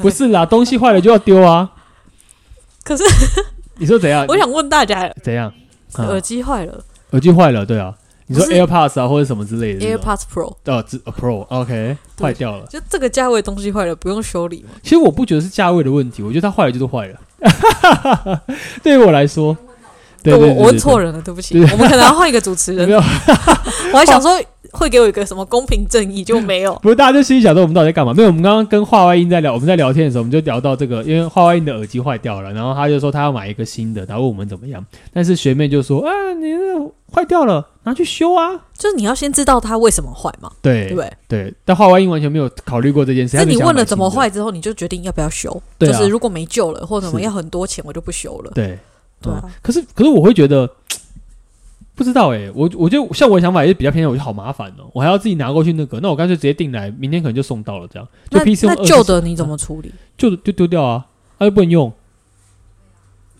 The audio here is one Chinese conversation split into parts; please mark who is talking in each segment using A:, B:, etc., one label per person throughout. A: 不是啦，东西坏了就要丢啊。
B: 可是
A: 你说怎样？
B: 我想问大家，
A: 怎样？啊
B: 耳机坏了
A: 耳机坏了，对啊。你说
B: 不是
A: AirPods 啊，或者什么之类的这种
B: ，AirPods Pro，
A: 哦，只呃 Pro OK
B: 对
A: 坏掉了。
B: 就这个价位东西坏了不用修理吗？
A: 其实我不觉得是价位的问题，我觉得它坏了就是坏了。 对于我来说，对对对
B: 我我问错
A: 了。
B: 人了，对不起，
A: 对
B: 我们可能要换一个主持人
A: 没。有，
B: 我还想说会给我一个什么公平正义，就没 有。
A: 不是大家就心里想说我们到底在干嘛？没有，我们刚刚跟话外音在聊，我们在聊天的时候，我们就聊到这个，因为话外音的耳机坏掉了，然后他就说他要买一个新的，然后问我们怎么样，但是学妹就说啊，你那个坏掉了，拿去修啊。
B: 就是你要先知道它为什么坏嘛，
A: 对
B: 对不对？
A: 对，但话外音完全没有考虑过这件事。
B: 是
A: 他
B: 你
A: 就想
B: 问
A: 买
B: 了
A: 新
B: 怎么
A: 的？
B: 坏之后，你就决定要不要修。
A: 对
B: 就
A: 啊
B: 是如果没救了，或者什么
A: 是
B: 要很多钱，我就不修了。
A: 对，
B: 对啊，
A: 可是，可是我会觉得，不知道哎、我我就像我的想法也是比较偏向，我觉得好麻烦哦、我还要自己拿过去那个，那我干脆直接订来，明天可能就送到了，这样就
B: 那
A: PC
B: 那
A: 用
B: 旧
A: 20
B: 的你怎么处理？
A: 旧的就丢掉啊，它又不能用。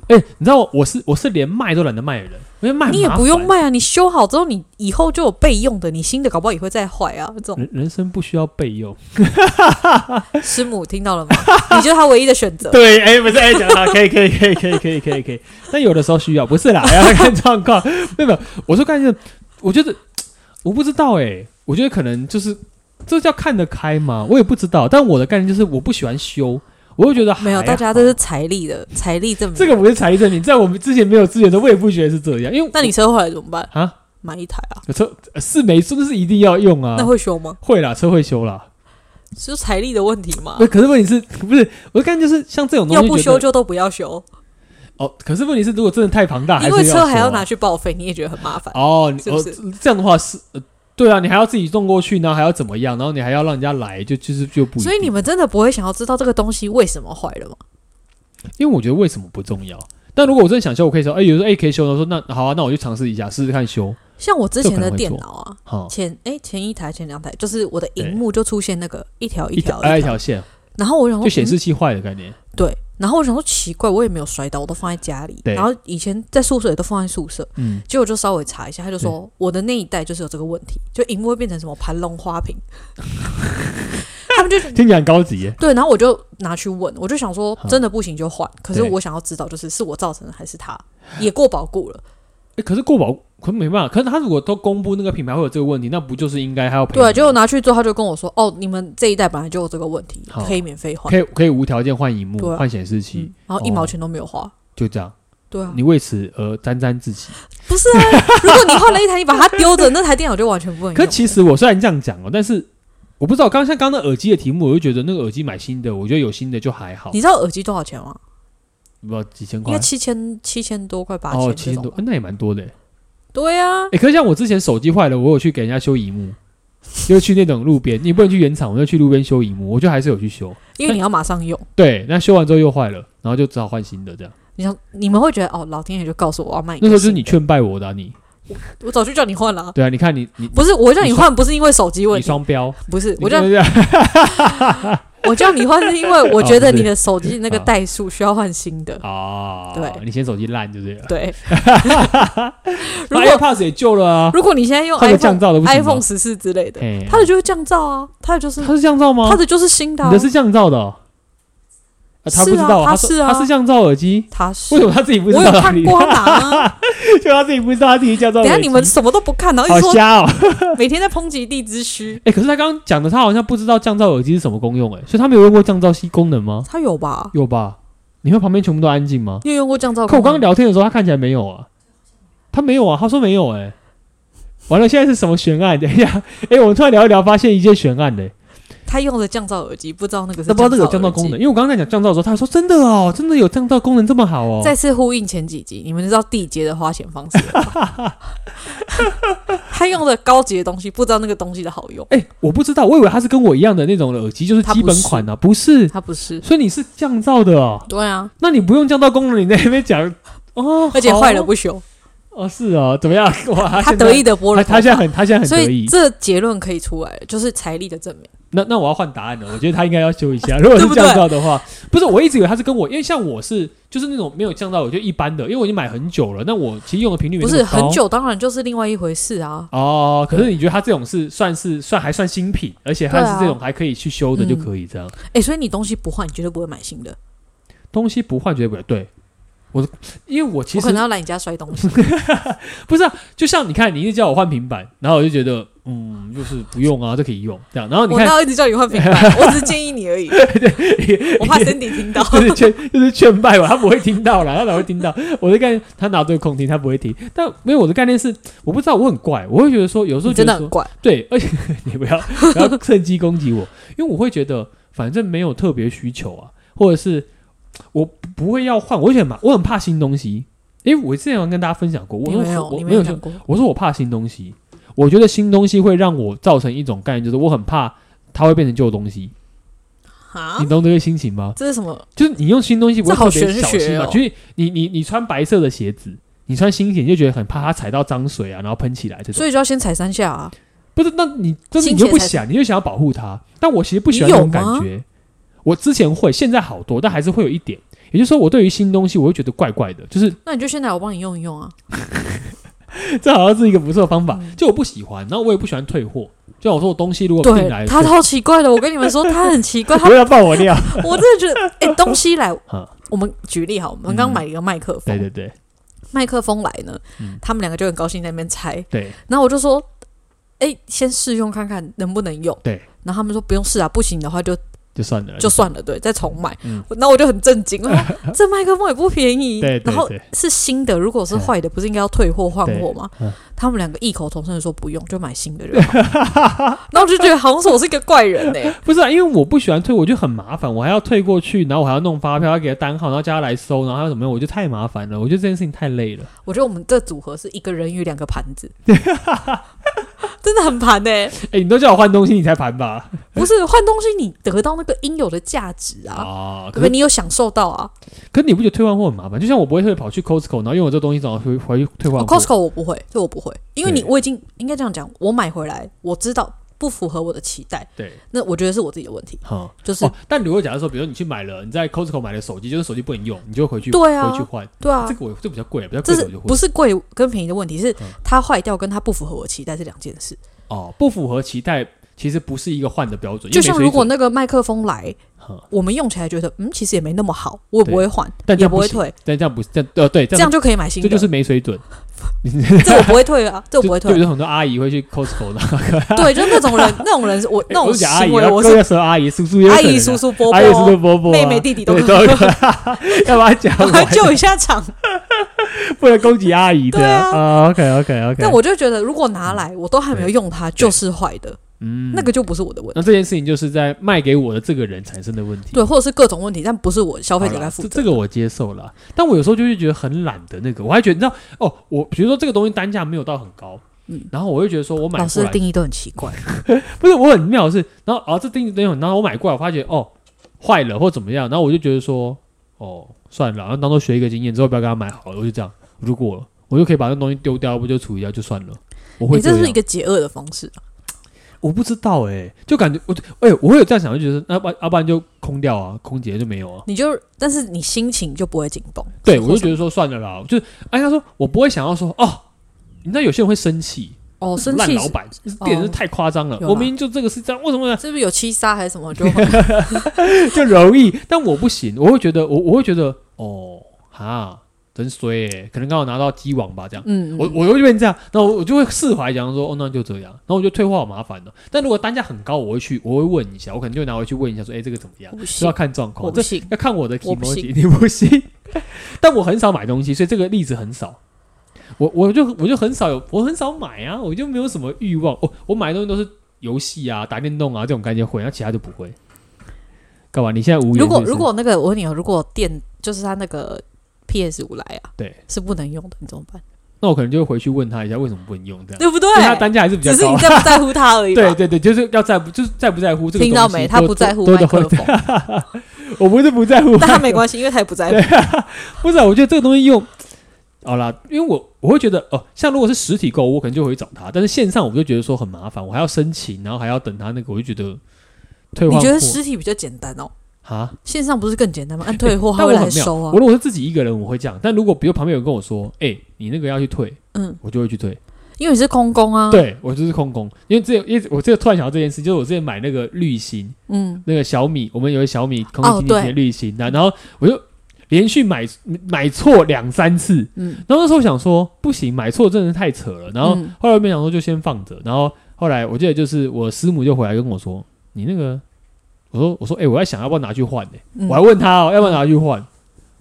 A: 哎、你知道我是我是连卖都懒得卖的人，我觉得卖很
B: 你也
A: 麻
B: 不用
A: 烦，
B: 卖啊，你修好之后，你以后就有备用的，你新的搞不好也会再坏啊。这 种
A: 人人生不需要备用。
B: 师母听到了吗？你就是他唯一的选择。
A: 对，哎、不是，哎、讲到可以，可以，可以，可以，可以，可以，可以。但有的时候需要，不是啦，还要看状况。没有，没有，我说看是，我觉得我不知道、哎，我觉得可能就是这叫看得开嘛，我也不知道。但我的概念就是我不喜欢修，我会觉得
B: 没有，
A: 还
B: 大家
A: 好
B: 都是财力的财力证明。
A: 这个不是财力证明，在我们之前没有资源的时候，我也不觉得是这样，因为
B: 那你车后来怎么办？
A: 啊，
B: 买一台啊？
A: 有车呃是没说，那是一定要用啊
B: 那。会修吗？
A: 会啦，车会修啦。
B: 是财力的问题嘛
A: 不、？可是问题是，不是我看就是像这种东
B: 要
A: 西，
B: 啊不
A: 觉
B: 修
A: 得
B: 就都不要修，
A: 哦。可是问题是，如果真的太庞大，还
B: 因
A: 是
B: 为车
A: 要
B: 还
A: 修
B: 要
A: 啊
B: 拿去报废，你也觉得很麻烦。
A: 哦，你
B: 是不
A: 哦
B: 是
A: 这样的话是、呃对啊，你还要自己送过去，然后还要怎么样，然后你还要让人家来，就就是就不一定。
B: 所以你们真的不会想要知道这个东西为什么坏了吗？
A: 因为我觉得为什么不重要。但如果我真的想修，我可以说，哎、有时候哎可以修，然后说那好啊，那我去尝试一下，试试看修。
B: 像我之前的电脑啊，
A: 好，
B: 前哎、前一台前两台，就是我的
A: 对
B: 荧幕就出现那个一条
A: 一
B: 一
A: 条
B: 条
A: 哎一
B: 条，
A: 条线，
B: 然后我想说
A: 就显
B: 嗯
A: 示器坏的概念。
B: 对，然后我想说奇怪，我也没有摔倒，我都放在家里，
A: 对
B: 然后以前在宿舍也都放在宿舍，
A: 嗯，
B: 结果就稍微查一下，他就说我的那一代就是有这个问题，就荧幕会变成什么盘龙花瓶， 他们就
A: 听起来很高级耶。
B: 对，然后我就拿去问，我就想说
A: 好
B: 真的不行就换，可是
A: 对
B: 我想要知道就是是我造成的还是他 也过保固了，
A: 哎，可是过保，可是没办法，可是他如果都公布那个品牌会有这个问题，那不就是应该还要赔？
B: 对，结果拿去之后他就跟我说哦，你们这一代本来就有这个问题
A: 好，
B: 可以免费换
A: 可，以可以无条件换荧幕
B: 对、啊
A: 换显示器
B: 嗯，，然后一毛
A: 哦
B: 钱都没有花，
A: 就这样。
B: 对啊，
A: 你为此而沾沾自喜。
B: 不是啊，如果你换了一台，你把它丢着，那台电脑就完全不能用。
A: 可其实我虽然这样讲哦，但是我不知道，刚像刚刚那耳机的题目，我就觉得那个耳机买新的，我觉得有新的就还好
B: 你，知道耳机多少钱吗？
A: 不知道几千
B: 应
A: 块
B: 该，七千七千多块八
A: 哦，
B: 千
A: 七
B: 这
A: 千多
B: 种，吧。
A: 哎那也蛮多的。哎、
B: 对啊，
A: 可是像我之前手机坏了，我有去给人家修荧 幕，就去那种路边，你不能去原厂，我就去路边修荧幕，我就还是有去修。
B: 因为你要马上用，
A: 对，那修完之后又坏了，然后就只好换新的这样。
B: 你想你们会觉得哦，老天爷就告诉我要卖。
A: 那时候就是你，劝败我的、啊，你
B: 我早就叫你换了啊。
A: 对啊，你看你你
B: 不是，我叫你
A: 你
B: 换不是因为手机问
A: 你
B: 题，
A: 双标，
B: 不是，
A: 你
B: 我叫
A: 这 样
B: 我叫你换是因为我觉
A: 哦
B: 得
A: 不是
B: 你的手机那 个
A: 啊
B: 代数需要换 新的。
A: 啊，
B: 对
A: 你嫌手机烂就是哎了。
B: 对，如
A: 那
B: 果
A: AirPods 也旧了啊，
B: 如果你现在用
A: 换个降
B: iPhone
A: 噪的不行吗哎
B: iPhone 十四之类的，
A: 嘿
B: 它的就是降噪啊，它的就是
A: 它是降噪吗？
B: 它的就是新的啊
A: 哦你的，是降噪的、哦啊他不
B: 是
A: 知
B: 啊
A: 道，
B: 他
A: 说
B: 是啊
A: 他是降噪耳机，
B: 它是
A: 为什么他自己不知道？
B: 我有看过他 拿啊。
A: 就他自己不知道他自己降噪耳
B: 等
A: 机。
B: 一下你们什么都不看，然后
A: 好
B: 一直说
A: 瞎哦！
B: 每天在抨击地之虚，
A: 哎、可是他刚刚讲的，他好像不知道降噪耳机是什么功用、哎，所以他没有用过降噪系功能吗？
B: 他有吧？
A: 有吧？你看旁边全部都安静吗？
B: 你有用过降噪功能？
A: 可我刚刚聊天的时候，他看起来没有啊，他没有啊，他说没有、哎，完了，现在是什么悬案？等一下，哎、我们突然聊一聊，发现一件悬案嘞、
B: 他用的降噪耳机，不知道那个是
A: 他不知道这个有降
B: 噪
A: 噪
B: 耳机
A: 功能，。因为我刚刚在讲降噪的时候，他说真的哦，真的有降噪功能这么好哦。
B: 再次呼应前几集，你们知道地杰的花钱 方式了吧他用的高级的东西，不知道那个东西的好用。
A: 哎、我不知道，我以为它是跟我一样的那种耳机，就是
B: 它
A: 基
B: 不
A: 本
B: 是
A: 款啊，不是。
B: 他不是，
A: 所以你是降噪的哦，
B: 对啊，
A: 那你不用降噪功能，你在那边讲哦，
B: 而且
A: 好
B: 坏了不修，
A: 哦，是哦，怎么样？哇，
B: 他
A: 现在
B: 得意，的拨
A: 他
B: 了
A: 他现在很他现在
B: 所
A: 很得
B: 以
A: 意。
B: 这结论可以出来了，就是财力的证明。
A: 那那我要换答案了，我觉得他应该要修一下。如果是
B: 对不对
A: 降噪的话，不是，我一直以为他是跟我，因为像我是就是那种没有降到我就一般的，因为我已经买很久了，那我其实用的频率没
B: 不
A: 那
B: 是
A: 么高
B: 很久，当然就是另外一回事啊。
A: 哦。可是你觉得它这种是算是算还算新品，而且它
B: 对啊
A: 是这种还可以去修的就可以这样，
B: 哎、所以你东西不换，你绝对不会买新的。
A: 东西不换绝对不会对。我因为我其
B: 我
A: 实
B: 可能要来你家摔东西。
A: 不是啊，就像你看，你一直叫我换平板，然后我就觉得嗯，就是不用啊，这可以用这样。然后 你
B: 我
A: 看
B: 哪有一直叫你换平板？ 我只是建议你而已。我怕 Cindy 听到。
A: 就是劝 就是劝败吧，他不会听到啦，他哪会听到？我的概念，他拿对空听，他不会听。但没有我的概念是，我不知道，我很怪，我会觉得说，有时候
B: 你
A: 觉
B: 真的
A: 得
B: 很
A: 说，
B: 怪，
A: 对， 而且你不要不要趁机攻击我，因为我会觉得反正没有特别需求啊，或者是我不会要换，我很怕，我很怕新东西。因为我之前有跟大家分享过，我
B: 你没有，
A: 我
B: 你
A: 没有
B: 有
A: 说
B: 讲过。
A: 我说我怕新东西，我觉得新东西会让我造成一种概念，就是我很怕它会变成旧东西。
B: 哈
A: 你，懂这个心情吗？
B: 这是什么？
A: 就是你用新东西不会
B: 啊这好
A: 特别小
B: 玄
A: 心
B: 学
A: 嘛？
B: 哦
A: 就是你你你穿白色的鞋子，你穿新鞋你就觉得很怕它踩到脏水啊，然后喷起来这种。
B: 所以就要先踩三下啊！
A: 不是，那你但是你
B: 新鞋
A: 就不
B: 才
A: 想，你就想要保护它。但我其实不喜欢
B: 你
A: 这
B: 有
A: 种感
B: 吗
A: 觉。我之前会，现在好多，但还是会有一点。也就是说，我对于新东西，我会觉得怪怪的， 就是
B: 那你就先来，我帮你用一用啊。
A: 这好像是一个不错的方法。
B: 嗯
A: 就我不喜欢，然后我也不喜欢退货。就像我说，我东西如果进来了，
B: 对，他超奇怪的，我跟你们说，他很奇 怪。 他
A: 不要爆我料。
B: 我真的觉得，哎、东 西来
A: 嗯，
B: 我们举例好，我们刚买了一个麦克风，
A: 对对对
B: 麦克风来呢，
A: 嗯
B: 他们两个就很高兴在那边拆，
A: 对，
B: 然后我就说，哎、先试用看看能不能用，
A: 对，
B: 然后他们说不用试啊，不行的话就
A: 就算了，
B: 就算了，对，再重买
A: 哎嗯。
B: 那、我就很震惊，我说这麦克风也不便宜，
A: 对对
B: 然后
A: 对嗯
B: 是新的，如果是坏的，不是应该要退货换货吗
A: 对嗯？
B: 他们两个异口同声的说不用，就买新的就好。 然后我就觉得好像是我是一个怪人呢、欸
A: 不是啊，因为我不喜欢退，我就很麻烦，我还要退过去，然后我还要弄发票，要给他单号，然后叫他来收，然后还要怎么样，我就太麻烦了，我觉得这件事情太累 了。
B: 我觉得我们这组合是一个人与两个盘 子，真的很盘呢、
A: 哎、你都叫我换东西，你才盘吧？
B: 不是换东西，你得到那个应有的价值啊，
A: 啊，可
B: 对不对？
A: 是
B: 你有享受到啊。
A: 可是你不觉得退换货很麻烦？就像我不会会跑去 Costco，然后用我这东西找回回去退换
B: 哦
A: 货。
B: Costco 我不会，这我不会，因为你
A: 对
B: 我已经应该这样讲，我买回来我知道不符合我的期待，
A: 对，
B: 那我觉得是我自己的问题，
A: 好、
B: 就是、
A: 哦。但如果假如说，比如你去买了，你在 Costco 买了手机，就是手机不能用，你就回去
B: 对啊
A: 回去换。
B: 对啊
A: 这，个我这比较贵，比较
B: 这
A: 贵的
B: 是
A: 我就会
B: 不是贵跟便宜的问题，是
A: 嗯
B: 它坏掉跟它不符合我期待是两件事。
A: 哦，不符合期待，其实不是一个换的标准。
B: 就
A: 因为
B: 像
A: 没水
B: 如果
A: 准
B: 那个麦克风来，
A: 哼
B: 我们用起来觉得嗯，其实也没那么好，我也不
A: 对
B: 会换，
A: 但这
B: 也
A: 样
B: 不
A: 不
B: 会
A: 行，
B: 退，
A: 但这样不这样呃对这
B: 这
A: 样
B: 样就可以买新
A: 这
B: 的。
A: 就是没水准。
B: 这我不会退 啊，这我
A: 就
B: 不会
A: 就
B: 退
A: 有。很多阿姨会去 Costco 的，
B: 对，就那 种人，那种人是我那
A: 啊我
B: 种
A: 是讲阿姨
B: 行
A: 啊，
B: 为，我
A: 各
B: 是
A: 位时候阿姨、叔叔也有
B: 阿
A: 可能
B: 姨、
A: 啊
B: 叔、叔、伯
A: 阿姨、叔叔、
B: 伯、
A: 伯伯啊、
B: 妹妹、弟弟都
A: 对
B: 可以
A: 都可以， 要把它讲
B: 我
A: 完
B: 还，救一下场。
A: 不能攻击阿姨的。
B: 对啊
A: 啊，OK OK OK。
B: 但我就觉得，如果拿来我都还没有用它，就是坏的，
A: 嗯
B: 那个就不是我的问题。
A: 那这件事情就是在卖给我的这个人产生的问题。
B: 对，或者是各种问题，但不是我消
A: 好
B: 费
A: 啦，
B: 者该负
A: 这
B: 责
A: 这。个我接受了，但我有时候就会觉得很懒的那个，我还觉得你知道哦，我比如说这个东西单价没有到很高，
B: 嗯
A: 然后我会觉得说我买
B: 老师
A: 过
B: 的
A: 来
B: 定义都很奇怪，
A: 不是我很妙的是，然后啊这钉子等一会儿，然后我买过来，我发觉哦坏了或怎么样，然后我就觉得说哦算了，然后当做学一个经验，之后不要跟他买好了，我就这样，我就过了，我就可以把那东西丢掉，不就处理掉就算了。我会
B: 你
A: 这
B: 这
A: 样，
B: 是一个解厄的方式啊。
A: 我不知道哎、就感觉我哎、我会有这样想，就觉得那要不然要不然就空掉啊，空姐就没有啊。
B: 你就，但是你心情就不会紧绷。
A: 对，
B: 或
A: 我就
B: 什
A: 觉
B: 么
A: 得说算了啦，就是哎，他说我不会想要说哦，你知道有些人会生气，
B: 哦，生
A: 烂
B: 气
A: 老板，点是
B: 哦
A: 太夸张了，
B: 有
A: 我
B: 啦
A: 明明就这个是这样，为什么呢？
B: 是不是有七杀还是什 么？就
A: 就容易，但我不行，我会觉得我我会觉得哦哈，真衰、欸，可能刚好拿到鸡网吧这样。
B: 嗯，
A: 我我就变这样，然后我就会释怀，讲说哦，那就这样，然后我就退化好麻烦了。但如果单价很高，我会去，我会问一下，我可能就拿回去问一下，说，哎、这个怎么样
B: 我？不
A: 是要
B: 信，
A: 看状
B: 我
A: 况，
B: 不
A: 这
B: 信。
A: 要看我的 e
B: 我
A: m
B: 不
A: o
B: 信
A: 你不信？ 但我很少买东西，所以这个例子很少。我我就我就很少有，我很少买啊，我就没有什么欲望。哦我我买的东西都是游戏啊、打电动啊这种概念会，那其他就不会。干嘛？你现在无言
B: 如果
A: 是不是
B: 如果那个我问你哦，如果电就是他那个 PS 五来啊，
A: 对，
B: 是不能用的，你怎么办？
A: 那我可能就会回去问他一下为什么不能用这样，
B: 对不对
A: 因为？他单价还是比较
B: 只是
A: 高
B: 你
A: 啊。
B: 在不在乎他而 已。
A: 对，对对，就是要在乎，就是在不在乎这个
B: 听到
A: 东西
B: 没？他
A: 多
B: 不在乎
A: 多
B: 麦
A: 多的
B: 克
A: 会，
B: 风，
A: 我不是不在乎，
B: 但他没关系，因为他也不在乎。
A: 不是啊、我觉得这个东西用，好啦，因为我我会觉得哦、像如果是实体购物，我可能就会找他，但是线上我就觉得说很麻烦，我还要申请，然后还要等他那个，我就觉得退换
B: 你
A: 货
B: 觉得实体比较简单哦？
A: 啊，
B: 线上不是更简单吗？按退货
A: 但
B: 他
A: 我
B: 会来
A: 很妙。
B: 收
A: 我
B: 啊
A: 如。果是自己一个人，我会这样；但如果比如旁边有人跟我说：“哎、你那个要去退。”
B: 嗯，
A: 我就会去退。
B: 因为你是空工啊。，
A: 对我就是空工，因为这因为我这个突然想到这件事，就是我之前买那个滤芯，
B: 嗯，
A: 那个小米，我们有个小米空
B: 哦
A: 气清新
B: 对
A: 的滤芯，那、然后我就连续买买错两三次，
B: 嗯，
A: 然后那时候想说不行，买错真的太扯了。然后
B: 嗯
A: 后来没想说就先放着，然后后来我记得就是我师母就回来跟我说：“你那个，我说我说哎、欸我在想要不要拿去换呢、
B: 嗯
A: 我还问他、哦、要不要拿去换，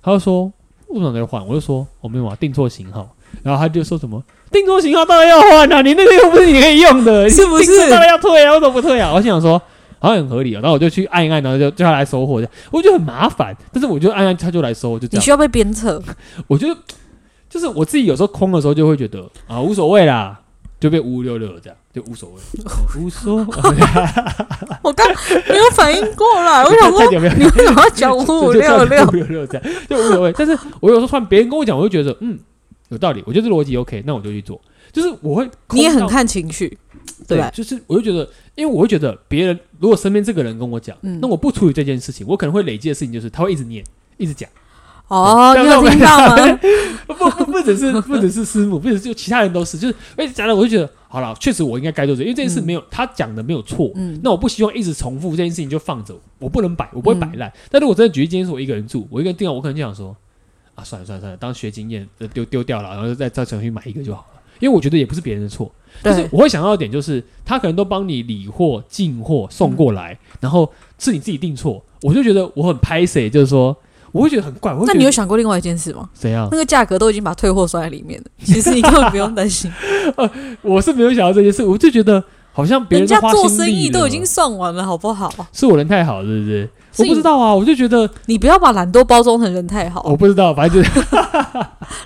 A: 他就说为什么拿去换？我就说我、没有啊，订错型号。然后他就说什么订错型号当然要换啊，你那个又不是你可以用的，
B: 是不是
A: 你订错当然要退啊，为什么不退啊？我心想说。好像很合理哦，然后我就去按一按，然后就叫他来收货，这样我觉得很麻烦。但是我就按一按，他就来收，就这
B: 你
A: 样。
B: 需要被鞭策。
A: 我觉得就是我自己有时候空的时候就会觉得啊无所谓啦，就被五五六六这样就无 所谓，无所谓。
B: 我刚没有反应过 来，我想
A: 太
B: 说
A: 久没有
B: 你为什么要讲五五 六六
A: 五？六六这样就无所谓。但是我有时候突然别人跟我讲，我就觉得嗯有道理，我觉得这逻辑 OK，那我就去做。就是我会空
B: 你也很
A: 到
B: 看情绪，
A: 对
B: 对吧，
A: 就是我就觉得，因为我会觉得别人如果身边这个人跟我讲，
B: 嗯
A: 那我不处理这件事情，我可能会累积的事情就是他会一直念。一直讲，
B: 哦，
A: 对
B: 你有听到吗？
A: 不不只是不只是师母，不只是就其他人都是，就是而且讲了我就觉得好了，确实我应该该做这个，因为这件事
B: 嗯
A: 没有、他讲的没有错，
B: 嗯，
A: 那我不希望一直重复这件事情，就放着，我不能摆，我不会摆
B: 嗯
A: 烂。但如果真的举例，今天是我一个人住，我一个人订了，我可能就想说，啊，算了算了算了，当学经验呃丢丢掉了，然后再再重新买一个就好了。因为我觉得也不是别人的错，就是
B: 对，
A: 我会想到一点，就是他可能都帮你理货、进货送过来，
B: 嗯
A: 然后是你自己订错，我就觉得我很拍谁，就是说我会觉得很怪。我会
B: 那
A: 觉得
B: 你有想过另外一件事吗？
A: 怎样？
B: 那个价格都已经把退货算在里面了，其实你根本不用担心，
A: 我是没有想到这件事，我就觉得好像 别
B: 人
A: 在
B: 家
A: 花
B: 做
A: 心
B: 生
A: 力
B: 意都
A: 了
B: 已经算完了，好不好？
A: 是我人太好，是不是？
B: 是
A: 我
B: 你
A: 不知道啊，我就觉得
B: 你不要把懒惰包装成人太好
A: 我，不知道，反正就是。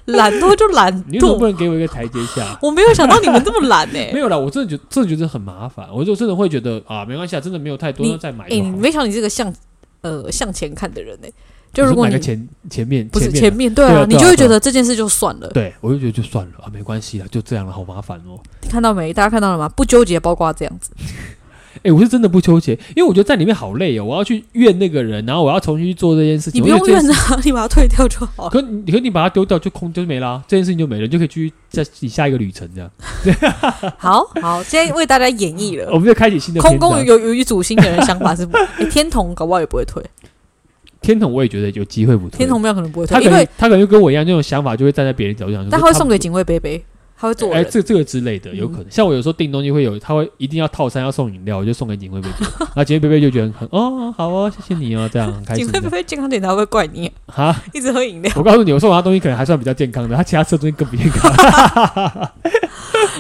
B: 懒惰就懒
A: 你为什么不
B: 惰。？
A: 能给我一个台阶下
B: 我没有想到你们这么懒呢、欸
A: 没有啦，我真的觉真的觉得很麻烦，我就真的会觉得啊，没关系啊，真的没有太多，
B: 你
A: 那再买
B: 哎、
A: 就
B: 你
A: 好。
B: 没想到你是个向呃向前看的人呢、就
A: 我
B: 如
A: 说
B: 果
A: 买
B: 你
A: 个前前面
B: 不是
A: 面
B: 前面对
A: 对
B: 啊
A: 啊，
B: 你
A: 对啊
B: 就会
A: 对
B: 觉
A: 啊
B: 得这件事就算了。
A: 对我就觉得就算了啊，没关系啦，就这样了，好麻烦哦。
B: 你看到没？大家看到了吗？不纠结包括这样子。
A: 哎、我是真的不纠结，因为我觉得在里面好累哦，我要去怨那个人，然后我要重新去做这件事
B: 你
A: 情。
B: 不
A: 我觉
B: 用
A: 得这件
B: 怨
A: 事。
B: 啊，你把它退掉就 好了。
A: 可你可你把它丢掉就空就没啦，这件事情就没了，你就可以继续再自己下一个旅程这样。
B: 好好，现在为大家演绎了
A: 我。们就开启新的
B: 空
A: 篇
B: 宫
A: 章。
B: 有有一组新的人想法是不， 诶天童搞不好也不会退，
A: 天童我也觉得有机会不错。
B: 天童庙可能不会
A: 他
B: 退，
A: 可
B: 因
A: 能
B: 为
A: 他可能就跟我一样，这种想法就会站在别人角度上，就
B: 但他
A: 是
B: 会
A: 他
B: 送给警卫杯杯，他会做
A: 哎、
B: 人。
A: 这这个之类的有
B: 嗯
A: 可能。像我有时候订东西会有，他会一定要套餐要送饮料，我就送给警卫 贝贝，然后警卫贝贝就觉得很哦好哦，谢谢你哦，这样很开
B: 警
A: 心
B: 卫杯
A: 的。
B: 杯健康检查会不会怪你，啊
A: 哈，
B: 一直喝饮料，
A: 我告诉你，我送他东西可能还算比较健康的，他其他吃的东西更不健 康。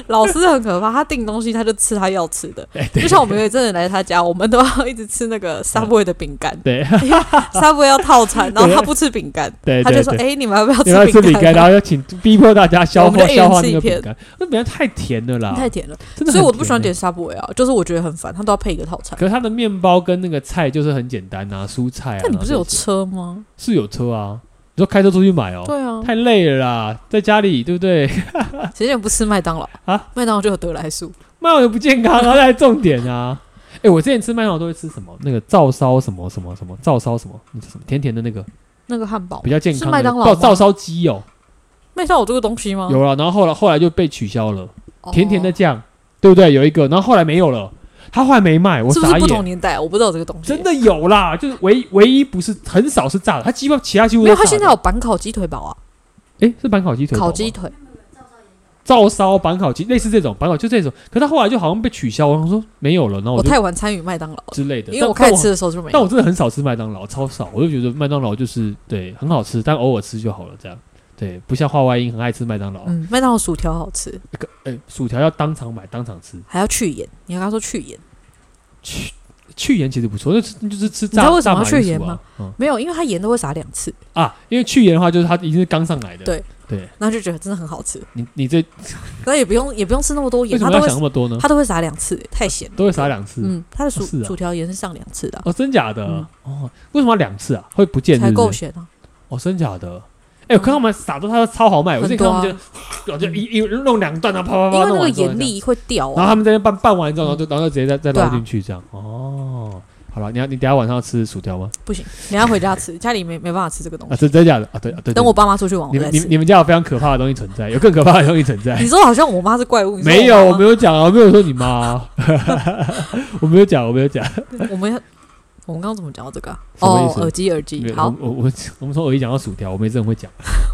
B: 老师很可怕，他订东西他就吃他要吃的，
A: 哎，对
B: 就像我们有一阵子来他家，我们都要一直吃那 个 Subway 的饼干
A: 对
B: ，Subway 要套餐， 然后他不吃饼干，
A: 对
B: 他
A: 对
B: 就说：“
A: 对。
B: 哎，你们要不要
A: 你要吃
B: 饼
A: 饼干，然
B: 干？
A: 后要请逼迫大家消
B: 我们就
A: 化
B: 一人
A: 消化
B: 吃
A: 那
B: 一
A: 个饼
B: 片
A: 干，那饼干太甜了啦，
B: 太甜了。”
A: 真的。欸
B: 所以我不喜欢点。Subway 啊，就是我觉得很烦，他都要配一个套餐。
A: 可是它的面包跟那个菜就是很简单啊，蔬菜啊。
B: 但你不是有
A: 然后这些
B: 车吗？
A: 是有车啊？你说开车出去买哦，
B: 对啊，
A: 太累了啦，在家里对不对？
B: 谁叫你不吃麦当劳
A: 啊？
B: 麦当劳就有得来速，
A: 麦当劳不健康啊，那是重点 啊。哎、我之前吃麦当劳都会吃什么？那个照烧什么什么什么照烧什么，那叫什么甜甜的那个
B: 那个汉堡
A: 比较健康
B: 是
A: 的
B: 麦当劳
A: 照
B: 吗哦
A: 照烧鸡哦，
B: 麦当劳有这个东西吗？哦
A: 有了，然后后来后来就被取消了，
B: 有
A: 甜甜的酱，对不对？有一个，然后后来没有了，他后来没卖，我
B: 是不
A: 傻
B: 是不同
A: 眼。
B: 年代啊？我不知道有这个东西。
A: 真的有啦，就是唯唯一不是很少是炸的，它几乎其他几乎
B: 没
A: 都
B: 有，
A: 是炸的
B: 他现在有板烤鸡腿堡啊，
A: 哎、是板烤鸡腿堡吗，
B: 烤鸡腿。
A: 照烧板烤鸡类似这种板烤就这种，可它后来就好像被取消，我想说没有了，然后
B: 我
A: 哦就
B: 太晚参与麦当劳了，
A: 之类的，
B: 因为
A: 但
B: 我开
A: 但
B: 始吃的时候就没
A: 但
B: 有。
A: 我真的很少吃麦当劳，超少。我就觉得麦当劳就是对很好吃，但偶尔吃就好了，这样。对，不像话外音很爱吃麦当劳，
B: 嗯，麦当劳薯条好吃，
A: 哎薯条要当场买当场吃。
B: 还要去盐。你要跟他说去盐，
A: 去去盐其实不错，那吃那就是吃
B: 你知
A: 炸
B: 道为什
A: 炸
B: 么要
A: 马铃
B: 去盐
A: 薯啊
B: 吗？
A: 嗯
B: 没有，因为他盐都会撒两次，
A: 啊，因为去盐的话就是它一定是刚上来的。
B: 对
A: 对，
B: 然后就觉得真的很好吃。
A: 你你这
B: 然后也不用也不用吃那么多
A: 为
B: 盐，
A: 什么
B: 他都
A: 要
B: 会
A: 想那么多呢？
B: 他都会撒两次，太咸了。
A: 都会撒两次。
B: 嗯，他的薯
A: 哦是啊
B: 薯条盐是上两次的啊，
A: 哦，真假的、
B: 嗯
A: 哦？为什么要两次啊？会不见
B: 才
A: 是
B: 够
A: 不是？
B: 咸啊。
A: 哦，真假的？哎、我看他们撒都他超好卖，我之前看他们
B: 很啊
A: 就，然后就一一弄两段啊，啪啪
B: 因
A: 啪，
B: 为那
A: 弄
B: 个
A: 完之后
B: 盐
A: 这样
B: 粒会掉
A: 然后
B: 啊。
A: 他们在那边拌拌完之后，然后就然后就直接再再
B: 对啊
A: 捞进去这样。哦，好了，你要你等一下晚上要吃薯条吗？
B: 不行，你要回家吃，家里没没办法吃这个东
A: 啊，
B: 西。
A: 真真假的啊？对啊对，对
B: 等我爸妈出去玩，
A: 你
B: 我
A: 们
B: 再
A: 你们
B: 吃。
A: 你们家有非常可怕的东西存在，有更可怕的东西存在
B: 你。说好像我妈是怪物，你说
A: 没有，
B: 我
A: 我
B: 妈
A: 没有讲啊，我没有说你妈 啊，我没有讲，我没有讲。
B: 我们要，我们刚刚怎么讲到这个啊、
A: 什么意
B: 哦，
A: 思
B: 耳机，耳机。好，
A: 我我我我们从耳机讲到薯条，我们也是很会讲。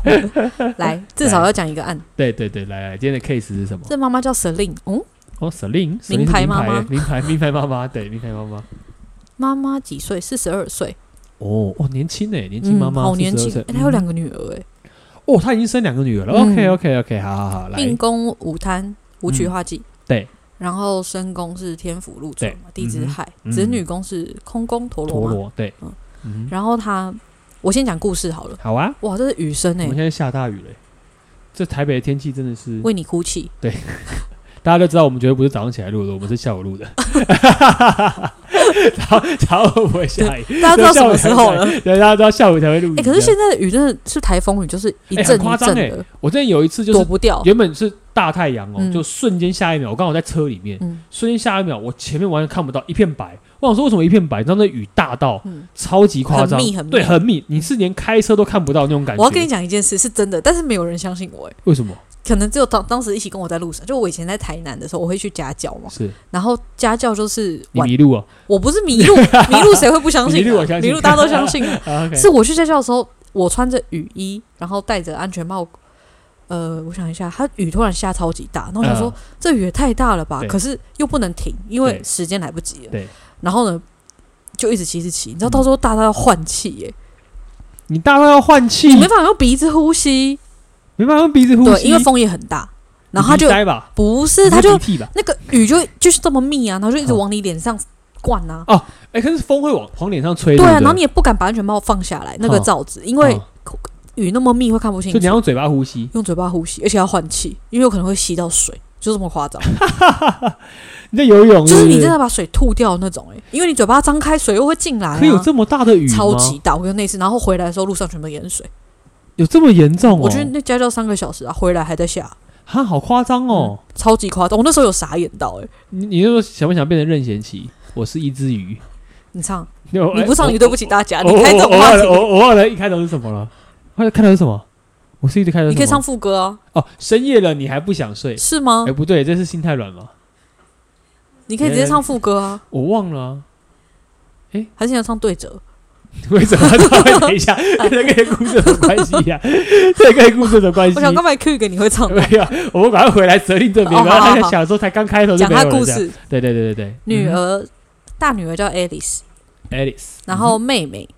A: 哎
B: 来，至少要讲一个案。
A: 对对对，来来，今天的 case 是什么？
B: 这妈妈叫 Selin，嗯，
A: 哦，Selin，
B: 名牌妈妈
A: 名牌名牌妈妈，对，名牌妈妈。
B: 妈妈几岁？四十二岁，
A: 哦哦，年轻哎，年轻妈妈，
B: 嗯、好年轻
A: 42岁。
B: 哎她有两
A: 嗯
B: 个女儿哎。
A: 哦，她已经生两个女儿了。
B: 嗯
A: OK OK OK，好好好，来，嗯
B: 命宫午贪武曲化忌、
A: 对，
B: 然后身宫是天府禄存嘛，
A: 对
B: 地支
A: 嗯哼
B: 亥，
A: 嗯
B: 子女宫是空宫陀
A: 陀
B: 螺嘛。
A: 螺，对
B: 嗯，
A: 嗯，
B: 然后她，我先讲故事好了。
A: 好啊。
B: 哇，这是雨声
A: 我
B: 哎
A: 们，现在下大雨了欸，这台北的天气真的是，
B: 为你哭泣。
A: 大家都知道，我们绝对不是早上起来录的，我们是下午录的。 早早晚不会下雨，
B: 大家知道什么时候了？
A: 对，大家知道下午才会录。
B: 哎、可是现在的雨真的是台风雨，就是一
A: 哎很
B: 阵
A: 夸
B: 一
A: 张
B: 阵
A: 哎
B: 的，
A: 我之前有一次就
B: 躲
A: 是
B: 不掉。
A: 原本是大太阳哦，
B: 嗯
A: 就瞬间下一秒，我刚好在车里面，
B: 嗯
A: 瞬间下一秒，我前面完全看不到一片白。我想说为什么一片白？你知道那雨大到
B: 嗯，
A: 超级夸张，
B: 很密很密
A: 对，很密，你是连开车都看不到那种感觉。
B: 我要跟你讲一件事，是真的，但是没有人相信我哎。
A: 为什么？
B: 可能只有当当时一起跟我在路上，就我以前在台南的时候，我会去家教嘛，
A: 是
B: 然后家教就是
A: 嗯你
B: 晚，
A: 迷路啊？
B: 我不是 迷路，迷路谁会不相信、啊？
A: 迷路我相信
B: 迷路大家都相信、啊。
A: 啊，OK，
B: 是我去家教的时候，我穿着雨衣，然后戴着安全帽，呃，我想一下，它雨突然下超级大，然后我想说、
A: 嗯
B: 这雨也太大了吧
A: 对，
B: 可是又不能停，因为
A: 对
B: 时间来不及了。
A: 对，
B: 然后呢，就一直骑一直骑，你知道到时候大到要换气耶、
A: 你大到要换气，
B: 没办法用鼻子呼吸，
A: 没办法用鼻嗯子呼吸，
B: 对，因为风也很大，然后他
A: 你
B: 就
A: 鼻塞吧，
B: 不是，他
A: 你
B: 就
A: 鼻涕吧。
B: 那个雨就就是这么密啊，然后就一直往你脸上灌啊。
A: 哎，可是风会往往脸上吹，
B: 对啊，
A: 不
B: 然后你也不敢把安全帽放下来，那个
A: 嗯
B: 罩子，因为
A: 嗯
B: 雨那么密会看不清
A: 就你要
B: 楚，
A: 用嘴巴呼吸，
B: 用嘴巴呼吸，而且要换气，因为有可能会吸到水，就这么夸张，
A: 你在游泳，
B: 就是你真
A: 的
B: 的把水吐掉那种哎、欸因为你嘴巴张开，水又会进来、啊
A: 可以，有这么大的雨吗？
B: 超级大，我跟那次，然后回来的时候路上全部淹水，
A: 有这么严重哦？
B: 我觉得那家教三个小时啊，回来还在下，
A: 哈，好夸张哦！
B: 超级夸张，我那时候有傻眼到哎、欸
A: 你你就说想不想变成任贤齐？我是一只鱼，
B: 你唱，
A: 你
B: 你不唱你对不起大家，啊你
A: 我
B: 开这种
A: 我我
B: 话
A: 忘
B: 题
A: 了，，我我忘了一开头是什么了？后来开头是什么？我是一直开头是
B: 你可以
A: 什么
B: 唱副歌啊，
A: 哦，深夜了你还不想睡？
B: 是吗
A: 哎，？不对，这是心太软吗？
B: 你可以直接唱副歌啊，
A: 我忘了啊。
B: 还是你要唱对折？
A: 为什么稍微等一 下？这跟故事有什么关系呀、这跟故事有什么关系
B: 我？想刚才 Q 一个你会唱的，
A: 没有，我们赶快回来责令这边。
B: 哦
A: 然后
B: 好
A: 他
B: 好
A: 在
B: 好
A: 想说，才刚开头就
B: 讲
A: 没
B: 他
A: 有人
B: 故
A: 这样。
B: 事。
A: 对对对对对，
B: 女
A: 嗯
B: 儿，大女儿叫 Alice，
A: Alice，嗯
B: 然后妹妹，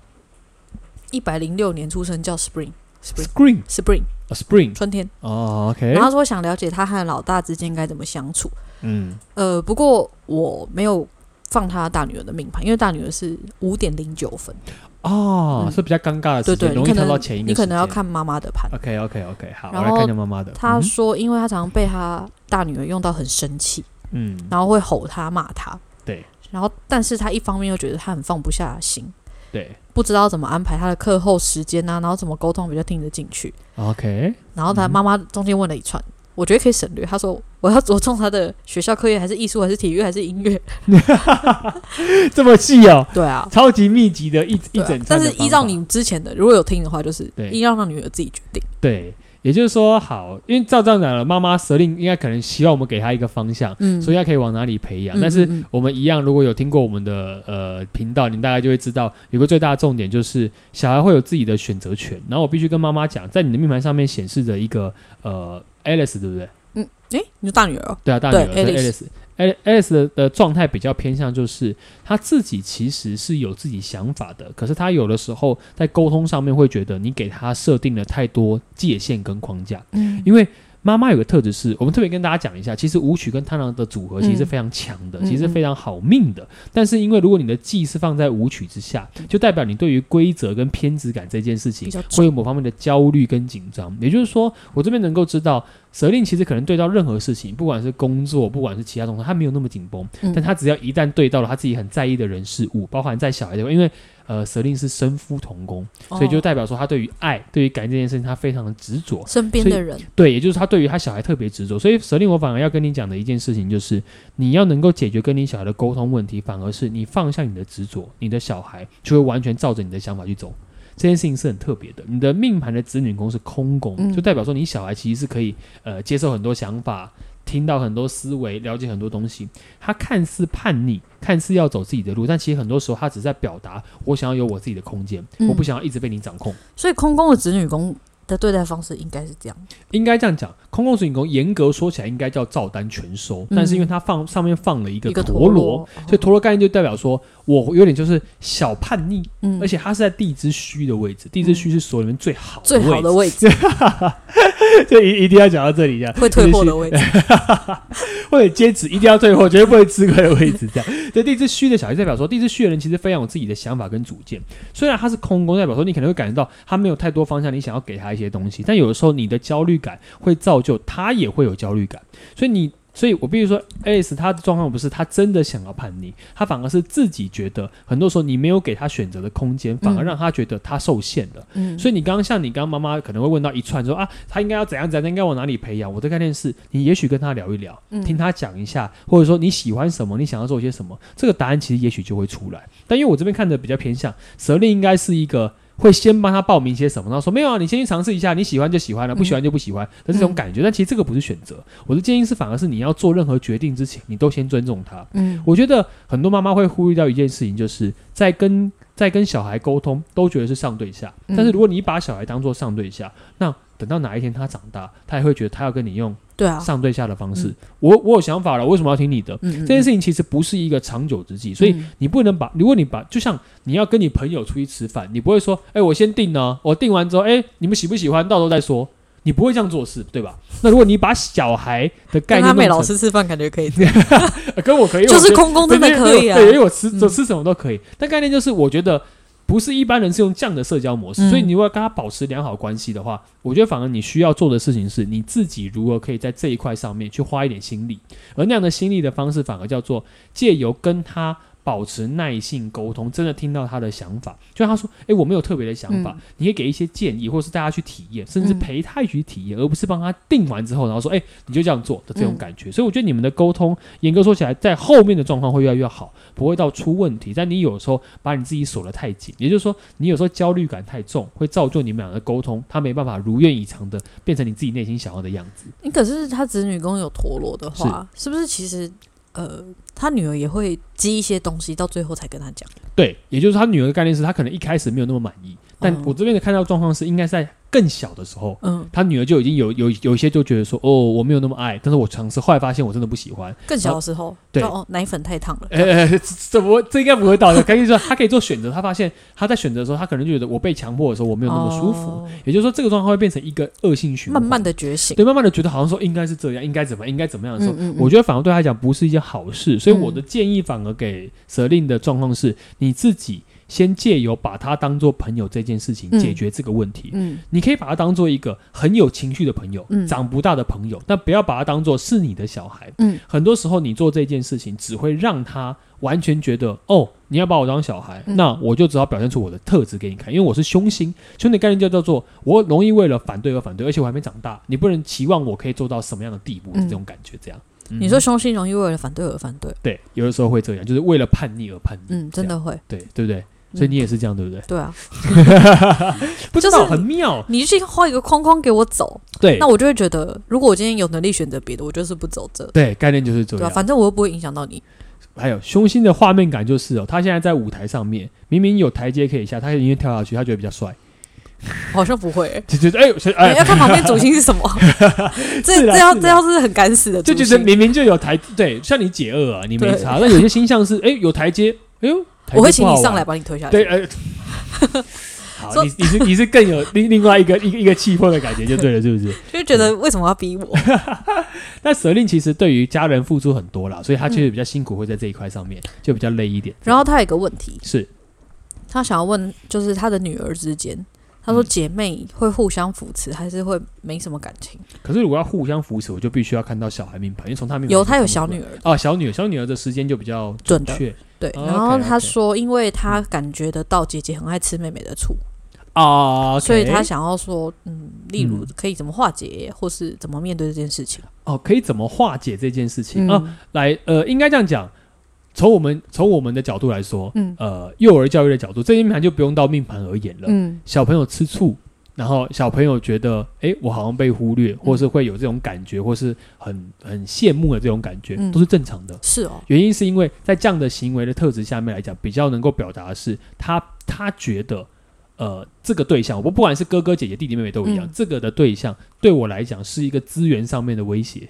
B: 一百零六年出生叫 Spring，Spring，Spring
A: Spring 哦 Spring
B: 春天。
A: 哦，OK，
B: 然后说想了解她和老大之间该怎么相处。
A: 嗯，
B: 呃，不过我没有放她大女儿的命盘，因为大女儿是五点零九分，
A: 哦，
B: 嗯
A: 是比较尴尬的
B: 对
A: 时间，
B: 对，
A: 容易
B: 你可
A: 跳到
B: 能
A: 前一个。
B: 你可能要。看妈妈的盘。
A: OK OK OK，好，我
B: 然
A: 来
B: 后
A: 看一下妈妈的。
B: 她
A: 嗯
B: 说，因为她常常被她大女儿用到很生气，
A: 嗯，
B: 然后会吼他骂他，
A: 对，
B: 然后但是他一方面又觉得他很放不下心，
A: 对
B: 不知道怎么安排他的课后时间啊，然后怎么沟通比较听得进去。
A: ，OK，
B: 然后他
A: 嗯
B: 妈妈中间问了一串，我觉得可以省略。他说我要 着重他的学校课业，还是艺术，还是体育，还是音乐？
A: 这么细哦，
B: 对啊，
A: 超级密集的一一
B: 对啊
A: 整。串
B: 但
A: 的
B: 是
A: 方
B: 依照
A: 法
B: 你之前的，如果有听的话，就是
A: 对
B: 依照让女儿自己决定。
A: 对，也就是说，好，因为照这样讲了，妈妈蛇令应该可能希望我们给她一个方向，
B: 嗯
A: 所以
B: 以
A: 她可以往哪里培养。但是我们一样，如果有听过我们的呃频道，你大概就会知道，有个最大的重点就是小孩会有自己的选择权。然后我必须跟妈妈讲，在你的命盘上面显示着一个呃 Alice，对不对？
B: 哎，你说大女儿哦，
A: 对啊，大女儿
B: 对
A: 对 Alice。Al- Alice 的的状态比较偏向就是她自己其实是有自己想法的，可是她有的时候在沟通上面会觉得你给她设定了太多界限跟框架。
B: 嗯
A: 因为妈妈有个特质是，我们特别跟大家讲一下，其实舞曲跟贪狼的组合其实是非常强的，
B: 嗯
A: 其实是非常好命的。但是因为如果你的忌是放在舞曲之下，就代表你对于规则跟偏执感这件事情
B: 比较重
A: 会有某方面的焦虑跟紧张。也就是说，我这边能够知道，蛇令其实可能对到任何事情，不管是工作，不管是其他东西，他没有那么紧绷，
B: 嗯
A: 但他只要一旦对到了他自己很在意的人事物，包含在小孩这块，因为。呃，蛇令是身夫同工，所以就
B: 哦
A: 代表说他对于爱、对于感情这件事情，他非常的执着。
B: 身边的人，
A: 对，也就是他对于他小孩特别执着。所以蛇令，我反而要跟你讲的一件事情就是，你要能够解决跟你小孩的沟通问题，反而是你放下你的执着，你的小孩就会完全照着你的想法去走。这件事情是很特别的。你的命盘的子女宫是空宫，
B: 嗯
A: 就代表说你小孩其实是可以呃接受很多想法，听到很多思维，了解很多东西。他看似叛逆，看似要走自己的路，但其实很多时候他只是在表达我想要有我自己的空间，
B: 嗯
A: 我不想要一直被你掌控。
B: 所以空宫的子女宫的对待方式应该是这样。
A: 应该这样讲，空宫水影宫严格说起来应该叫照单全收，但是因为它放上面放了一个
B: 嗯一个
A: 陀
B: 螺
A: 螺，，所以陀螺概念就代表说我有点就是小叛逆，
B: 嗯
A: 而且它是在地之虚的位置，地之虚是所有里面最好
B: 最好的
A: 的
B: 位置，
A: 置， 就一一定要讲到这里呀，
B: 会退货 的位置，
A: 或者接旨一定要退货，绝对不会吃亏的位置。这样，对地支虚的小孩代表说，地支虚的人其实非常有自己的想法跟主见。虽然他是空宫，代表说你可能会感觉到他没有太多方向，你想要给他一些东西，但有的时候你的焦虑感会造就他也会有焦虑感，所以你。所以，我必须说，Alice 她的状况不是她真的想要叛逆，她反而是自己觉得，很多时候你没有给她选择的空间，反而
B: 嗯
A: 让她觉得她受限了。
B: 嗯，
A: 所以你刚刚像你刚刚妈妈可能会问到一串说啊，他应该要怎样怎样，应该往哪里培养？我的概念是，你也许跟他聊一聊，
B: 嗯
A: 听他讲一下，或者说你喜欢什么，你想要做些什么，这个答案其实也许就会出来。但因为我这边看的比较偏向蛇令，应该是一个。会先帮他报名一些什么，然后说没有啊，你先去尝试一下，你喜欢就喜欢
B: 嗯
A: 了，不喜欢就不喜欢的这种感觉。但其实这个不是选择，我的建议是，反而是你要做任何决定之前，你都先尊重他。
B: 嗯
A: 我觉得很多妈妈会忽略到一件事情，就是在跟在跟小孩沟通，都觉得是上对下。
B: 嗯
A: 但是如果你把小孩当做上对下，那等到哪一天他长大，他也会觉得他要跟你用
B: 对啊，
A: 上对下的方式。
B: 嗯
A: 我我有想法了，为什么要听你的？
B: 嗯，
A: 这件
B: 是
A: 事情其实不是一个长久之计，所以
B: 嗯
A: 你不能把，如果你把，就像你要跟你朋友出去吃饭，你不会说，哎、我先订呢，我订完之后，哎、你们喜不喜欢，到时候再说，你不会这样做事，对吧？那如果你把小孩的概
B: 跟
A: 念
B: 阿美
A: 弄
B: 老
A: 成，
B: 师吃饭感 觉可以，
A: 呃跟我可以，
B: 就
A: 我觉
B: 是
A: 得
B: 空宫
A: 对
B: 真的可以啊
A: 对，，因为我吃
B: 嗯
A: 就吃什么都可以。但概念就是，我觉得不是一般人是用这样的社交模式，
B: 嗯
A: 所以你如果要跟他保持良好关系的话，我觉得反而你需要做的事情是，你自己如何可以在这一块上面去花一点心力，而那样的心力的方式，反而叫做借由跟他。保持耐性沟通，真的听到他的想法，就像他说：“诶，我没有特别的想法，
B: 嗯
A: 你可以给一些建议，或是带他去体验，甚至
B: 嗯
A: 陪他一起去体验，而不是帮他定完之后，然后说：‘诶，你就这样做’的这种
B: 嗯
A: 感觉。所以我觉得你们的沟通严格说起来，在后面的状况会越来越好，不会到出问题。但你有时候把你自己锁得太紧，也就是说，你有时候焦虑感太重，会造就你们俩的沟通，他没办法如愿以偿的变成你自己内心想要的样子。
B: 你可是他子女宫有陀螺的话，是不是其实呃，他女儿也会积一些东西，到最后才跟他讲？
A: 对，也就是他女儿的概念是，他可能一开始没有那么满意，但
B: 嗯
A: 我这边的看到状况是，应该在更小的时候。
B: 嗯，
A: 他女儿就已经有有有一些就觉得说，哦，我没有那么爱，但是我尝试，后来发现我真的不喜欢。
B: 更小的时候，
A: 对
B: 到哦，奶粉太烫了，
A: 呃， 呃这这不会这应该不会到的。可以说，他可以做选择。他发现他在选择的时候，他可能就觉得我被强迫的时候，我没有那么舒服。
B: 哦
A: 也就是说，这个状况会变成一个恶性循环，
B: 慢慢的觉醒。
A: 对，慢慢的觉得好像说应该是这样，应该怎么样，应该怎么样的时候，
B: 嗯嗯嗯
A: 我觉得反而对他来讲不是一件好事。所以我
B: 嗯
A: 的建议反而给蛇令的状况是，你自己先借由把他当做朋友这件事情
B: 嗯
A: 解决这个问题。
B: 嗯
A: 你可以把他当做一个很有情绪的朋友，
B: 嗯
A: 长不大的朋友，但不要把他当做是你的小孩。
B: 嗯，
A: 很多时候你做这件事情，只会让他完全觉得，哦，你要把我当小孩，
B: 嗯
A: 那我就只好表现出我的特质给你看，因为我是凶星，凶的概念就叫做我容易为了反对而反对，而且我还没长大，你不能期望我可以做到什么样的地步，
B: 嗯
A: 这种感觉这样。嗯
B: 你说凶心容易为了反对而反对，
A: 对，有的时候会这样，就是为了叛逆而叛逆，
B: 嗯，真的嗯会，
A: 这样，对对不对？所以你也是这样，对 不对？
B: 对啊，
A: 不知
B: 就是
A: 道，很妙，
B: 你去画一个框框给我走，
A: 对
B: 那，我就会觉得，如果我今天有能力选择别的，我就是不走这，
A: 对，啊概念就是这
B: 对
A: 样
B: 吧？。反正我又不会影响到你，
A: 还有凶星的画面感就是哦，他现在在舞台上面，明明有台阶可以下，他宁愿跳下去，他觉得比较帅，
B: 好像不会、欸。
A: 就觉得哎呦，谁哎
B: 你要看旁边主星 是什么，这
A: 是啦
B: 这要
A: 是啦啊
B: 这要是很敢死的主
A: 就
B: 星，
A: 觉得明明就有台，对，像你解厄啊，你没
B: 对
A: 差，但有些星象是哎有台阶，哎呦，台阶
B: 我会请
A: 不
B: 你
A: 好
B: 上来
A: 玩，
B: 把你推下去。
A: 对， 呃。好，
B: 说
A: 你你是你是更有另另外一个一个一个气魄的感觉就对了，是不 是？
B: 就觉得为什么要逼 我？
A: 但蛇令其实对于家人付出很多啦，所以他确实比较辛苦，会在这一块上面就比较累一点。
B: 嗯然后他有一个问题，
A: 是
B: 他想要问，就是他的女儿之间，他说
A: 嗯
B: 姐妹会互相扶持，还是会没什么感情？
A: 可是如果要互相扶持，我就必须要看到小孩命盘，因为从他命盘
B: 有
A: 就
B: 他
A: 看
B: 有
A: 不
B: 小
A: 出来
B: 女儿，
A: 啊，小女儿小女儿的时间就比较
B: 准的
A: 确，
B: 对，
A: 哦
B: 然后
A: OK，OK
B: 他说，因为他感觉得到姐姐很爱吃妹妹的醋，
A: 啊，
B: 所以他
A: OK
B: 想要说，嗯，例如可以怎么化解，或是怎么面对这件事情。
A: 哦，可以怎么化解这件事情
B: 嗯
A: 啊？来，呃，应该这样讲，从我们从我们的角度来说，
B: 嗯
A: 呃，幼儿教育的角度，这些命盘就不用到命盘而言了。
B: 嗯
A: 小朋友吃醋，然后小朋友觉得，诶，我好像被忽略，或
B: 嗯
A: 是会有这种感觉，或是很很羡慕的这种感觉，
B: 嗯
A: 都是正常的。
B: 是哦，
A: 原因是因为在这样的行为的特质下面来讲，比较能够表达的是他他觉得，呃，这个对象，我不管是哥哥姐姐、弟弟妹妹都一样，
B: 嗯
A: 这个的对象对我来讲是一个资源上面的威胁。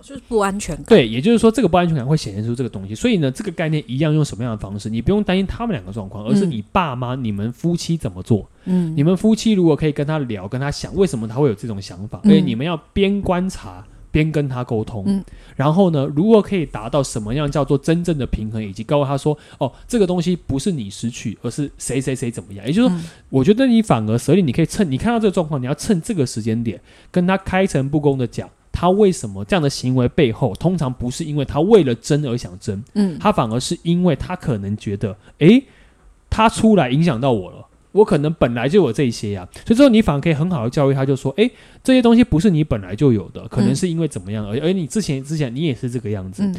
B: 就是不安全感。
A: 对，也就是说，这个不安全感会显现出这个东西。所以呢，这个概念一样用什么样的方式，你不用担心他们两个状况，而是
B: 嗯
A: 你爸妈、你们夫妻怎么做。
B: 嗯
A: 你们夫妻如果可以跟他聊，跟他想为什么他会有这种想法，
B: 嗯
A: 而且你们要边观察边跟他沟通。
B: 嗯
A: 然后呢，如果可以达到什么样叫做真正的平衡，以及告诉他说，哦，这个东西不是你失去，而是谁谁谁怎么样。也就是说，
B: 嗯
A: 我觉得你反而舍利，你可以趁你看到这个状况，你要趁这个时间点跟他开诚布公的讲。他为什么这样的行为背后，通常不是因为他为了争而想争，
B: 嗯
A: 他反而是因为他可能觉得，诶，他出来影响到我了，我可能本来就有这些呀、所以之后你反而可以很好的教育他，就说，诶，这些东西不是你本来就有的，可能是因为怎么样，而、而你之前之前你也是这个样子，
B: 嗯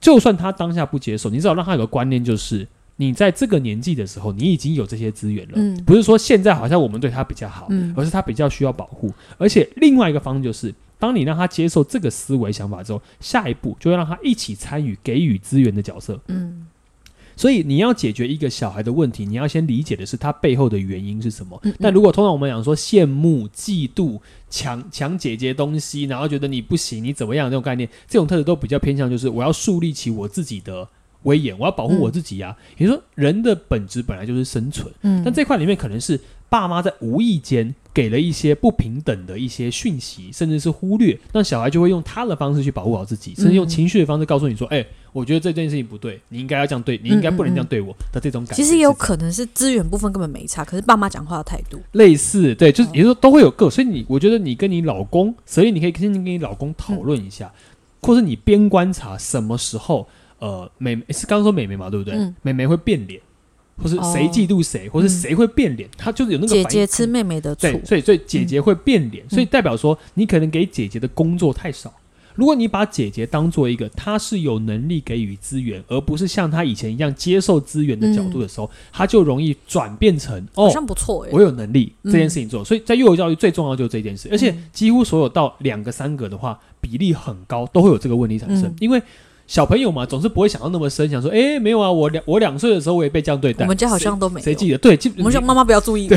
A: 就算他当下不接受，你至少让他有个观念，就是你在这个年纪的时候，你已经有这些资源了，
B: 嗯
A: 不是说现在好像我们对他比较好，
B: 嗯
A: 而是他比较需要保护。而且另外一个方式就是，当你让他接受这个思维想法之后，下一步就会让他一起参与给予资源的角色。
B: 嗯
A: 所以你要解决一个小孩的问题，你要先理解的是他背后的原因是什么。
B: 嗯
A: 但如果通常我们讲说羡慕、嫉妒、抢抢姐姐东西，然后觉得你不行，你怎么样这种概念，这种特质都比较偏向就是我要树立起我自己的威严，我要保护我自己啊。也就是说，人的本质本来就是生存。
B: 嗯
A: 但这块里面可能是爸妈在无意间给了一些不平等的一些讯息，甚至是忽略，那小孩就会用他的方式去保护好自己，甚至用
B: 嗯
A: 情绪的方式告诉你说：“哎、我觉得这件事情不对，你应该要这样对，你应该不能这样对我的这种感觉。”
B: 嗯其实也有可能是资源部分根本没差，可是爸妈讲话的态度，
A: 类似，对，就是
B: 哦
A: 也就是说都会有个，所以你我觉得你跟你老公，所以你可以先跟你老公讨论一下，
B: 嗯
A: 或是你边观察什么时候，呃，美是刚刚说美眉嘛，对不对？
B: 嗯
A: 美眉会变脸，或是
B: 哦
A: 谁嫉妒谁，或是
B: 嗯
A: 谁会变脸，她就是有那个反
B: 姐
A: 应
B: 姐吃妹妹的醋
A: 对，，所以所以姐
B: 嗯
A: 姐会变脸，所以代表说你可能给姐姐的工作太少。如果你把姐姐当做一个她是有能力给予资源，而不是像她以前一样接受资源的角度的时候，她就容易转变成
B: 嗯好
A: 哦，
B: 像不错哎、
A: 我有能力这
B: 嗯
A: 件事情做。所以在幼儿教育最重要就是这件事，而且
B: 嗯
A: 几乎所有到两个三个的话，比例很高都会有这个问题产生，
B: 嗯
A: 因为。小朋友嘛，总是不会想到那么深，想说，哎、没有啊，我两我两岁的时候我也被这样对待。
B: 我们家好像都没
A: 谁
B: 有。
A: 记得？对，基
B: 我们想妈妈不要注意，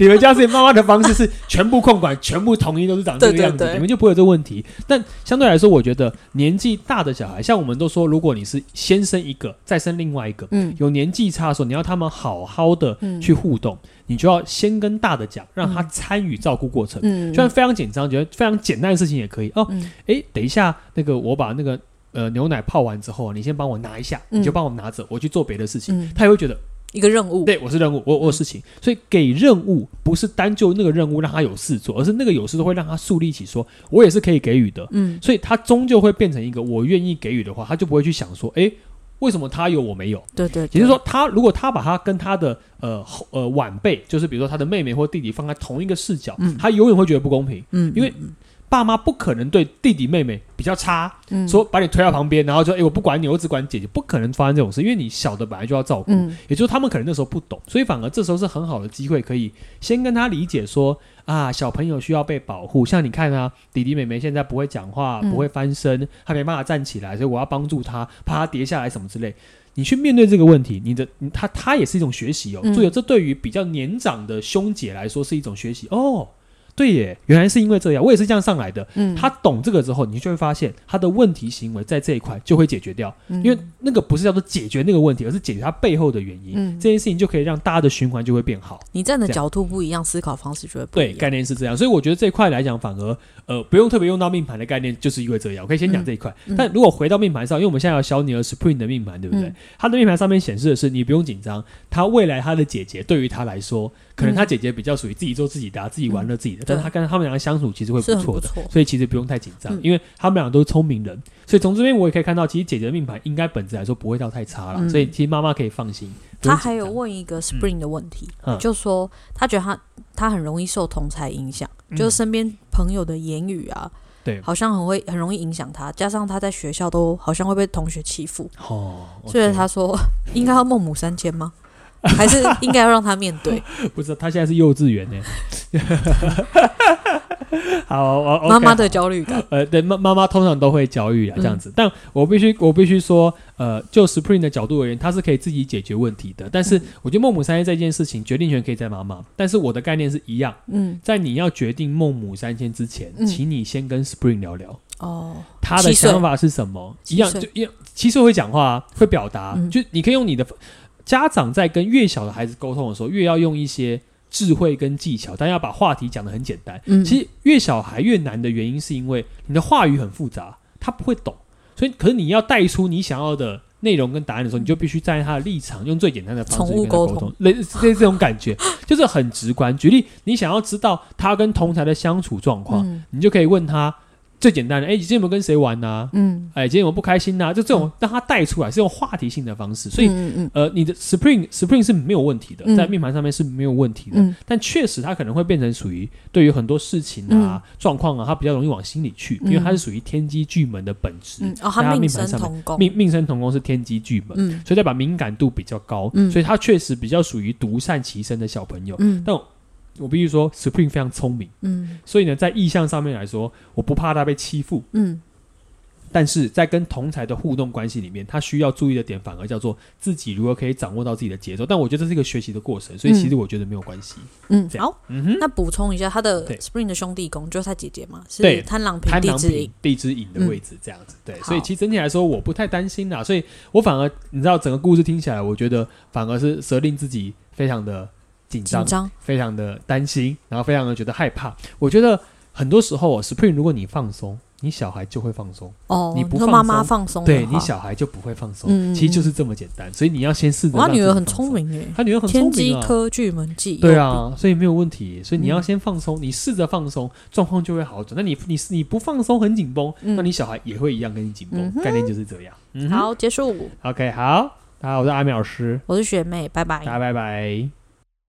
A: 你们家是妈妈的方式是全部控管，全部统一都是长这个样子，
B: 对对对
A: 你们就不会有这个问题。但相对来说，我觉得年纪大的小孩，像我们都说，如果你是先生一个，再生另外一个，
B: 嗯
A: 有年纪差的时候，你要他们好好的
B: 嗯
A: 去互动，你就要先跟大的讲，让他
B: 嗯
A: 参与照顾过程。
B: 嗯
A: 就算非常紧张，觉得非常简单的事情也可以哦。
B: 嗯
A: 诶，等一下，那个我把那个呃牛奶泡完之后，你先帮我拿一下，
B: 嗯
A: 你就帮我拿着，我去做别的事情。
B: 嗯，
A: 他也会觉得
B: 一个任务，
A: 对，我是任务，我我有事情，所以给任务不是单就那个任务让他有事做，而是那个有事做会让他树立起说，我也是可以给予的，
B: 嗯
A: 所以他终究会变成一个我愿意给予的话，他就不会去想说，诶，为什么他有我没有？
B: 对对，
A: 也就
B: 对
A: 是说，，他如果他把他跟他的呃后呃晚辈，就是比如说他的妹妹或弟弟放在同一个视角，
B: 嗯
A: 他永远会觉得不公平。
B: 嗯，
A: 因为爸妈不可能对弟弟妹妹比较差，
B: 嗯
A: 说把你推到旁边，然后就诶，哎我不管你，我只管姐姐，不可能发生这种事，因为你小的本来就要照顾。
B: 嗯
A: 也就是他们可能那时候不懂，所以反而这时候是很好的机会，可以先跟他理解说啊，小朋友需要被保护。像你看啊，弟弟妹妹现在不会讲话，
B: 嗯
A: 不会翻身，他没办法站起来，所以我要帮助他，怕他跌下来什么之类。你去面对这个问题，你的你他他也是一种学习哦。
B: 嗯
A: 所以这对于比较年长的兄姐来说是一种学习哦。对耶，原来是因为这样，我也是这样上来的。
B: 嗯，
A: 他懂这个之后，你就会发现他的问题行为在这一块就会解决掉。
B: 因
A: 因为那个不是叫做解决那个问题，而是解决它背后的原因。
B: 嗯
A: 这件事情就可以让大家的循环就会变好。
B: 你站的
A: 这样
B: 角度不一样，思考方式就会不
A: 对，
B: 一样。
A: 概念是这样，所以我觉得这一块来讲，反而呃不用特别用到命盘的概念，就是因为这样。我可以先讲这一块，
B: 嗯嗯
A: 但如果回到命盘上，因为我们现在有小女儿 Spring 的命盘，对不对？
B: 嗯
A: 她的命盘上面显示的是，你不用紧张，她未来她的姐姐对于她来说，可能她姐姐比较属于自己做自己的啊、自己玩乐自己的，但是他跟他们两个相处其实会
B: 嗯是很
A: 错
B: 不
A: 的，
B: 错。
A: 所以其实不用太紧张，
B: 嗯
A: 因为他们俩都是聪明人，所以从这边我也可以看到，其实姐姐的命盘应该本质来说不会到太差了，
B: 嗯
A: 所以其实妈妈可以放心。不
B: 他
A: 用
B: 还
A: 紧
B: 有
A: 张
B: 问一个 Spring 的问题，
A: 嗯
B: 就说他觉得他他很容易受同才影响，就是身边朋友的言语啊，
A: 嗯对
B: 好像很会很容易影响他，加上他在学校都好像会被同学欺负，
A: 哦，
B: 所以他说 应该要孟母三迁 吗？还是应该要让他面对
A: OK 不知道他现在是幼稚园呢。 好，我
B: 妈妈的嗯焦虑感？
A: 呃，对妈妈妈通常都会教育啊，这样子。但我必须我必须说，呃，就 Spring 的角度而言，他是可以自己解决问题的。但
B: 嗯
A: 是我觉得孟母三迁这件事情，决定权可以在妈妈。但是我的概念是一样，
B: 嗯，
A: 在你要决定孟母三迁之前，
B: 嗯
A: 请你先跟 Spring 聊聊，
B: 哦，
A: 他的
B: 七岁
A: 想法是什么？
B: 七
A: 一样
B: 岁
A: 就一样，其实会讲话啊，会表达，
B: 嗯
A: 就你可以用你的家长在跟越小的孩子沟通的时候，越要用一些智慧跟技巧，但要把话题讲得很简单。
B: 嗯，
A: 其实越小孩越难的原因，是因为你的话语很复杂，他不会懂。所以，可是你要带出你想要的内容跟答案的时候，你就必须站在他的立场，用最简单的方式
B: 宠
A: 去
B: 物
A: 跟他
B: 嗯沟
A: 沟
B: 通，
A: 类类似这种感觉，就是很直观。举例，你想要知道他跟同台的相处状况，
B: 嗯
A: 你就可以问他最简单的：哎，你今天有没有跟谁玩呐、
B: 嗯，
A: 哎，今天有没有不开心呐、就这种
B: 嗯
A: 让他带出来，是用话题性的方式。所以，
B: 嗯嗯
A: 呃，你的 Spring Spring 是没有问题的，
B: 嗯
A: 在命盘上面是没有问题的。
B: 嗯
A: 但确实他可能会变成属于对于很多事情啊、状况啊，他比较容易往心里去，
B: 嗯
A: 因为他是属于天机巨门的本质。
B: 嗯，哦，
A: 在
B: 他命
A: 命
B: 生
A: 盘上面
B: 同工，
A: 命命生同宫是天机巨门，
B: 嗯
A: 所以代表敏感度比较高，
B: 嗯
A: 所以他确实比较属于独善其身的小朋友。
B: 嗯
A: 但我我必须说，Spring 非常聪明，
B: 嗯
A: 所以呢，在意向上面来说，我不怕他被欺负，
B: 嗯
A: 但是在跟同才的互动关系里面，他需要注意的点反而叫做自己如何可以掌握到自己的节奏。但我觉得这是一个学习的过程，所以其实我觉得没有关系。
B: 嗯，
A: 这样
B: 好。
A: 嗯哼。
B: 那补充一下，他的
A: 对
B: Spring 的兄弟宫就是他姐姐嘛，是
A: 对
B: 贪狼平
A: 贪
B: 地嗯
A: 狼
B: 之影
A: 比。地之影的位置这样子，对，
B: 好
A: 所以其实整体来说我不太担心啦，所以我反而你知道整个故事听起来，我觉得反而是蛇令自己非常的紧
B: 紧
A: 张，
B: 张，
A: 非常的担心，然后非常的觉得害怕。我觉得很多时候、哦、，Spring 如果你放松，你小孩就会放松，
B: 哦，
A: 你不
B: 说
A: 放
B: 妈妈
A: 松
B: 放松的
A: 对
B: 话
A: 你，小孩就不会放松，
B: 哦嗯嗯
A: 其实就是这么简单。所以你要先试着。
B: 我女儿很聪，明诶，
A: 她女儿很聪
B: 天机
A: 明啊。
B: 科巨门记，
A: 对，啊，所以没有问题。所以你要
B: 嗯
A: 先放松，你试着放松，状况就会好转。那你你你不放松很紧绷，
B: 嗯
A: 那你小孩也会一样跟你紧绷。
B: 嗯哼
A: 概念就是这样。嗯哼
B: 好，结束，
A: ，OK，好，大家好，我是阿美老师，
B: 我是学妹，拜拜
A: 大。家拜拜。